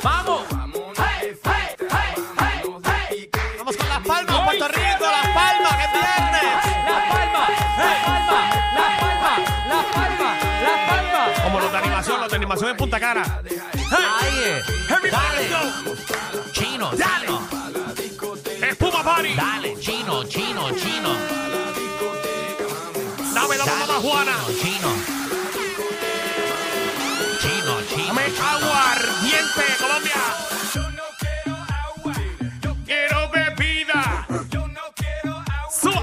¡Vamos! ¡Hey, hey, hey, hey, hey! Vamos con Las Palmas, Puerto Rico, Las Palmas, que es viernes. Las Palmas, Las Palmas, Las Palmas, Las Palmas, Las Palmas. Como los de animación, los de animación en Punta Cara. Ahí es. Dale. Chino, ¡Dale! chino. ¡Espuma Party! Dale, chino, chino, chino. ¡Dame la Dale, mamá Juana! Chino. Chino, chino. ¡Dame agua ardiente, Colombia! ¡Quiero bebida! ¡Suba!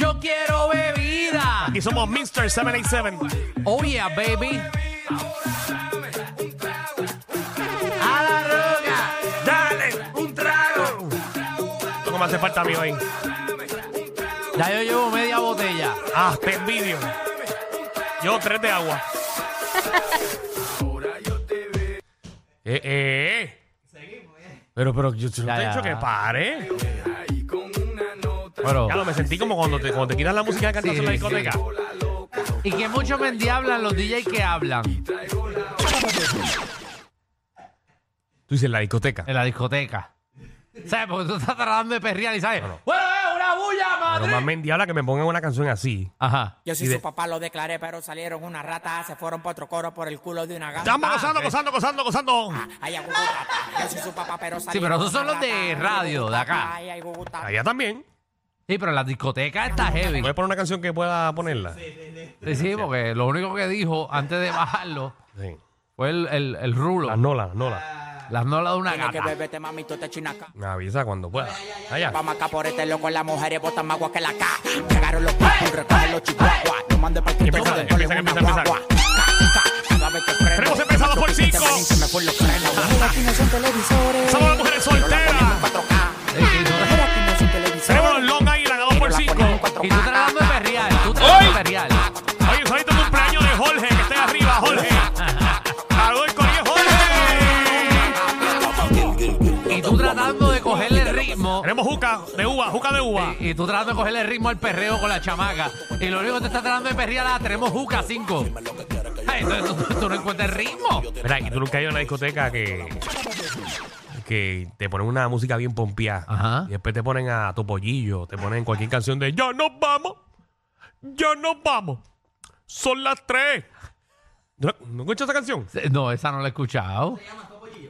Yo quiero bebida. Aquí somos Mr. 787. Oh yeah, baby. A la roca. ¡Dale! ¡Un trago! ¿Cómo me hace falta a mí hoy? Ya yo llevo media botella. Ah, te envidio. Yo tres de agua. eh, eh. Pero, pero, yo, yo no eh. Ya, te he ya. dicho que pare. Pero, Ya lo me sentí como cuando te, cuando te quitas la música de cantazo en la Sí, sí. discoteca. y que mucho me endiablan los DJs que hablan Tú dices la discoteca. en la discoteca. ¿Sabes? Porque tú estás tratando de perrear y sabes. ¡Bueno, es una bulla, Pero madre! más me endiabla que me pongan una canción así. Ajá. Yo sí su papá lo declaré, pero salieron una rata, se fueron para otro coro por el culo de una gata. Estamos gozando, gozando, gozando, gozando. Ay, ay, gugutata. Yo sí su papá, pero salieron pero esos una son los de rata. Ay, radio, de gugutata. acá. Ay, ay, gugutata. Allá también. Sí, pero en la discoteca está heavy. Voy a poner una canción que pueda ponerla. Sí, sí, porque lo único que dijo antes de bajarlo Sí. Ah, fue el, el, el rulo. Las nolas, las nolas. Las nolas de una Tienes que gata. beberte, mami, tú te chinaca. Me avisa cuando pueda. Allá. Vamos acá por este loco, las mujeres botan más agua que la ca. Llegaron los picos, recogen los chihuahuas. No mande para que Empieza, empieza, empieza, empieza. Tenemos empezado por cinco. son televisores. Somos las mujeres Pero la ponemos en solteras. 4K. Sí, sí, tú- Las mujeres aquí no son televisores. Tenemos los Long Island a 2x5. y tú tratando de perrear. Tú tratando de perrear. Oye, un solito cumpleaños de Jorge, que esté arriba, Jorge. Saludos, el corillo, Jorge. Y tú tratando de cogerle el ritmo. Tenemos juca de uva, juca de uva. Y tú tratando de cogerle el ritmo al perreo con la chamaca. Y lo único que te está tratando de perrear la tenemos Juca 5. Ay, tú, tú- tú no encuentras el ritmo. Mira, y tú nunca has ido a una discoteca que. que te ponen una música bien pompeada. Ajá. Y después te ponen a tu pollillo, te ponen cualquier canción de Ya nos vamos, ya nos vamos. Son las tres. ¿No, no escuchas esa canción? No, esa no la he escuchado.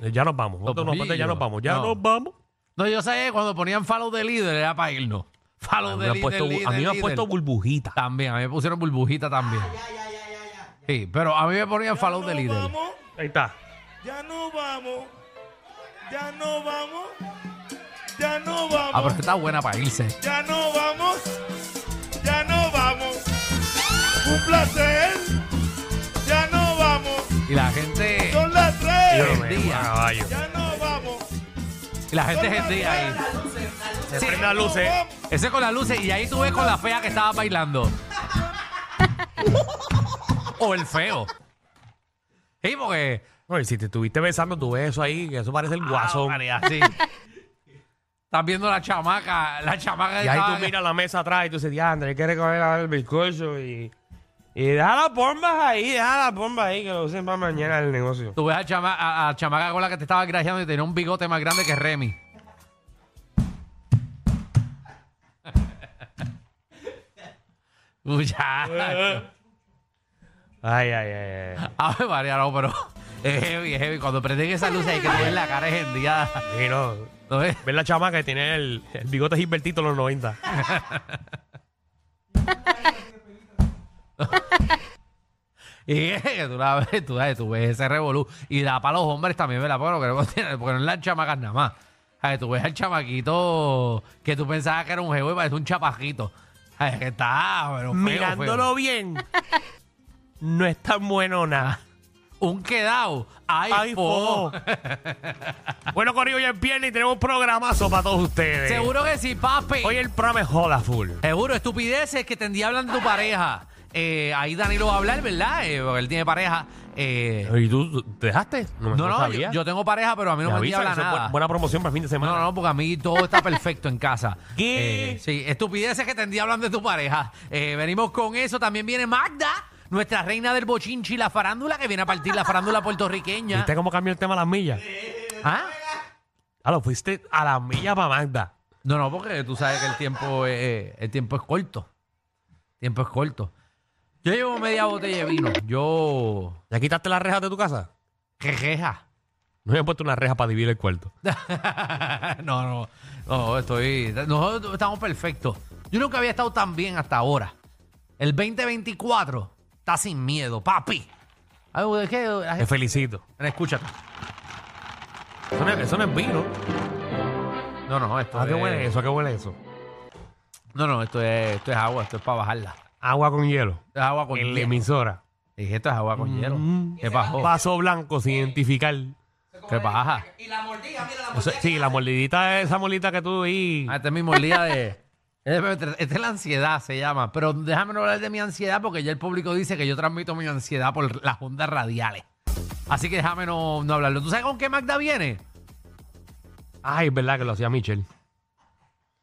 Eh, Ya nos vamos. Ponte, no, ponte Topollillo. ya nos vamos, ya No. nos vamos. No, yo sé, cuando ponían follow de líder era para irnos. A Follow mí de me han líder, puesto, líder, a mí me han líder. puesto burbujita. También, a mí me pusieron burbujita también. Sí, pero a mí me ponían follow de líder. Ahí está. Ya no vamos. Ya no vamos. Ya no vamos. Ah, pero está buena para irse. Ya no vamos. Ya no vamos. Un placer. Ya no vamos. Y la gente... Son las Yo tres. no me día. caballo. Ya no Y la gente gendía ahí. Se Sí. prenden las luces. Ese con las luces. Y ahí tú ves con la fea que estaba bailando. o el feo. Sí, porque. No, y si te estuviste besando, tú ves eso ahí, que eso parece el guasón. Ah, María, sí. Estás viendo la chamaca. La chamaca y ahí estaba- tú miras la mesa atrás y tú dices, diandre, hay que recoger ahora el bizcocho y... Y deja las bombas ahí, deja las bombas ahí, que lo usen para mañana el negocio. Tú ves a, chama- a- a chamaca con la que te estaba grajeando y tenía un bigote más grande que Remy. Muchacho. Ay, ay, ay, ay. Ave María, no, pero es heavy, es heavy. Cuando prenden esa luz ahí que tú ves la cara es endiada. Sí, no. ¿No ves? Ves la chamaca que tiene el, el bigote Gilbertito en los 90. Y que tú la ves, tú, ves, tú ves ese revolú. Y da para los hombres también, ¿verdad? Bueno, que no tiene- porque no es las chamacas nada más. ¿Sabes? Tú ves al chamaquito que tú pensabas que era un jevo y parece un chapajito. ¿Sabes? Que está, pero feo, Mirándolo bien, no es tan bueno nada. feo. Un quedado. Ay, Ay, po. po. bueno, Corillo, ya en pierna y tenemos un programazo para todos ustedes. Seguro que sí, papi. Hoy el programa es joda full. Seguro, estupideces que tendría hablando tu pareja. Eh, ahí Danilo va a hablar, ¿verdad? Eh, porque él tiene pareja. Eh, ¿Y tú te dejaste? no, no, sabía. yo, yo tengo pareja, pero a mí no me, Me avisa, habla eso es nada. bu- buena promoción para el fin de semana. No, no, porque a mí todo está perfecto en casa. ¿Qué? Eh, sí, estupideces que tendría hablando de tu pareja. Eh, venimos con eso. También viene Magda, nuestra reina del bochinchi, y la farándula, que viene a partir la farándula puertorriqueña. ¿Viste cómo cambió el tema a las millas? ¿Ah? Ah, lo fuiste a las millas para Magda. No, no, porque tú sabes que el tiempo es, eh, el tiempo es corto. El tiempo es corto. Yo llevo media botella de vino. Yo. ¿Ya quitaste las rejas de tu casa? Jejeja. No me he puesto una reja para dividir el cuarto. no, no, no, estoy. Nosotros estamos perfectos. Yo nunca había estado tan bien hasta ahora. El 2024 está sin miedo, papi. Ay, güey, es que la Te gente- felicito. Mira, Escúchate. Eso no, es- eso no es vino. No, no, esto ¿A qué es- huele eso? ¿A qué huele eso? No, no, esto es, esto es agua, esto es para bajarla. Esto Agua con hielo. es agua con en la hielo. emisora. Mm. Dije, esto es agua con hielo. Mm. ¿Qué bajó? Vaso blanco sin identificar. ¿Qué baja? Eso- sí, la mordidita es esa molita que tú y... Ah, este mismo el día de. Esta es la ansiedad, se llama. Pero déjame no hablar de mi ansiedad porque ya el público dice que yo transmito mi ansiedad por las ondas radiales. Así que déjame no, no hablarlo. ¿Tú sabes con qué Magda viene? Ay, es verdad que lo hacía Michelle.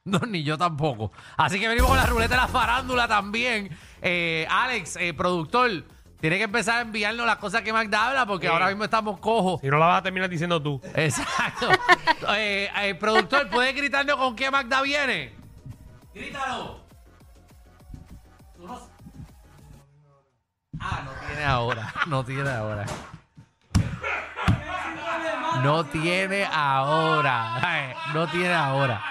No, ni yo tampoco. Así que venimos con la ruleta de la farándula también. Eh, Alex, eh, productor, tiene que empezar a enviarnos las cosas que Magda habla porque ahora mismo estamos cojos. Si no la vas a terminar diciendo tú. Exacto. eh, eh, productor, ¿puedes gritarnos con qué Magda viene? Grítalo. Ah, no tiene ahora. No tiene ahora. No tiene ahora. Ay, No tiene ahora.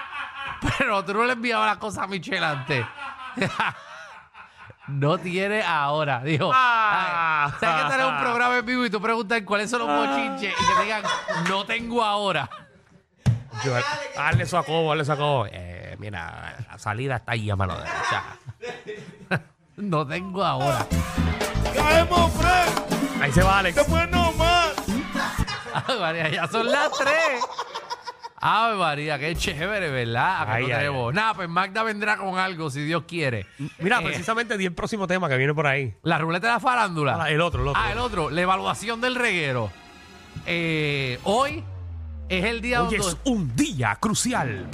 Pero tú no le enviabas la cosa a Michelle antes. No tiene ahora, dijo. Ah. Ay, ¿Sabes que tenés un programa en vivo y tú preguntas cuáles son los bochinches y que digan, no tengo ahora? Yo, hazle eso a Cobo, hazle eso a Cobo. Eh, mira, la salida está ahí a mano derecha. No tengo ahora. Caemos, Frank. Ahí se va Alex. Después no más. Ay, María, ya son las tres. Ay, María, qué chévere, ¿verdad? Acá Ay, no ay, tenemos. Nada, pues Magda vendrá con algo, si Dios quiere. Mira, Eh, precisamente di el próximo tema que viene por ahí. La ruleta de la farándula. Ah, el otro, el otro. Ah, el otro, la evaluación del reguero. Eh, hoy es el día Hoy donde- es un día crucial.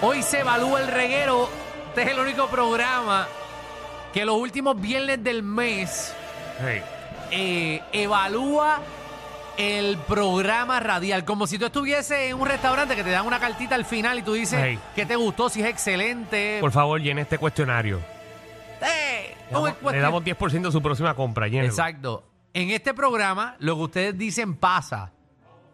Hoy se evalúa el reguero. Este es el único programa que los últimos viernes del mes Hey. eh, evalúa el programa radial. Como si tú estuviese en un restaurante que te dan una cartita al final y tú dices Ey. que te gustó, si es excelente. Por favor, llene este cuestionario. Eh, Le damos, pues, le damos 10% de su próxima compra, llénelo. Exacto. En este programa, lo que ustedes dicen pasa.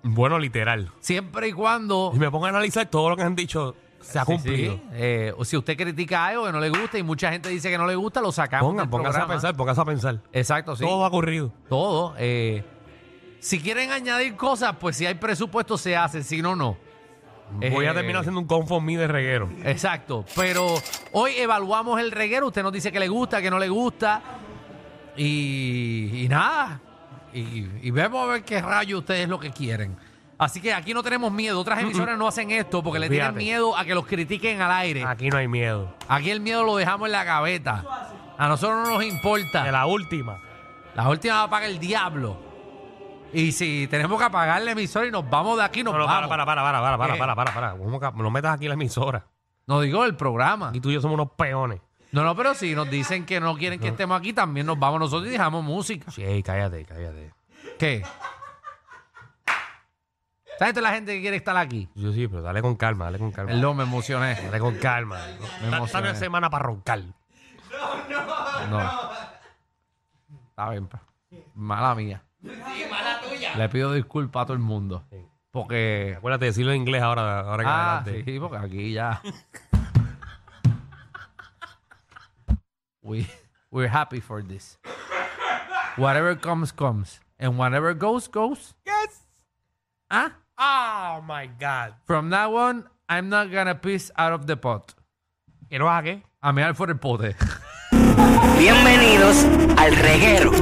Bueno, literal. Siempre y cuando. Si me pongo a analizar todo lo que han dicho, se ha Sí, cumplido. sí. Eh, o si usted critica algo que no le gusta y mucha gente dice que no le gusta, lo sacamos. Pongan, del pónganse a programa. pensar, pónganse a pensar. Exacto, sí. Todo ha ocurrido. Todo. eh, si quieren añadir cosas, pues si hay presupuesto se hace, si no, no. Voy Eh, a terminar haciendo un confort me de reguero. Exacto. Pero hoy evaluamos el reguero. Usted nos dice que le gusta, que no le gusta. Y, y nada. Y, y vemos a ver qué rayo ustedes lo que quieren. Así que aquí no tenemos miedo. Otras emisoras no hacen esto porque le tienen Olvídate. miedo a que los critiquen al aire. Aquí no hay miedo. Aquí el miedo lo dejamos en la gaveta. A nosotros no nos De importa. la última. La última la paga el diablo. Y si tenemos que apagar la emisora y nos vamos de aquí, nos No, no, para, vamos. Eh. para, para, para, para, para, ¿Qué? para, para, para. ¿Cómo que- No metas aquí la emisora. No digo el programa. Aquí tú y yo somos unos peones. No, no, pero si nos dicen que no quieren que estemos aquí, también nos vamos nosotros y dejamos música. Sí, ey, cállate, cállate. ¿Qué? ¿Sabes toda la gente que quiere estar aquí? Yo sí, pero dale con calma, dale con calma. Perdón, me emocioné. Dale con calma. Me Da- Dale emocioné. una semana para roncar. No. Está bien. pa. Mala mía. Le pido disculpas a todo el mundo. Porque Acuérdate de decirlo en inglés ahora, ahora que Ah, adelante. sí, porque aquí ya. We, we're happy for this. Whatever comes, comes. And whatever goes, goes. Yes. Ah, Oh my God. from now on, I'm not gonna piss out of the pot. ¿Que no haga qué? A mear por el pote. Bienvenidos al reguero.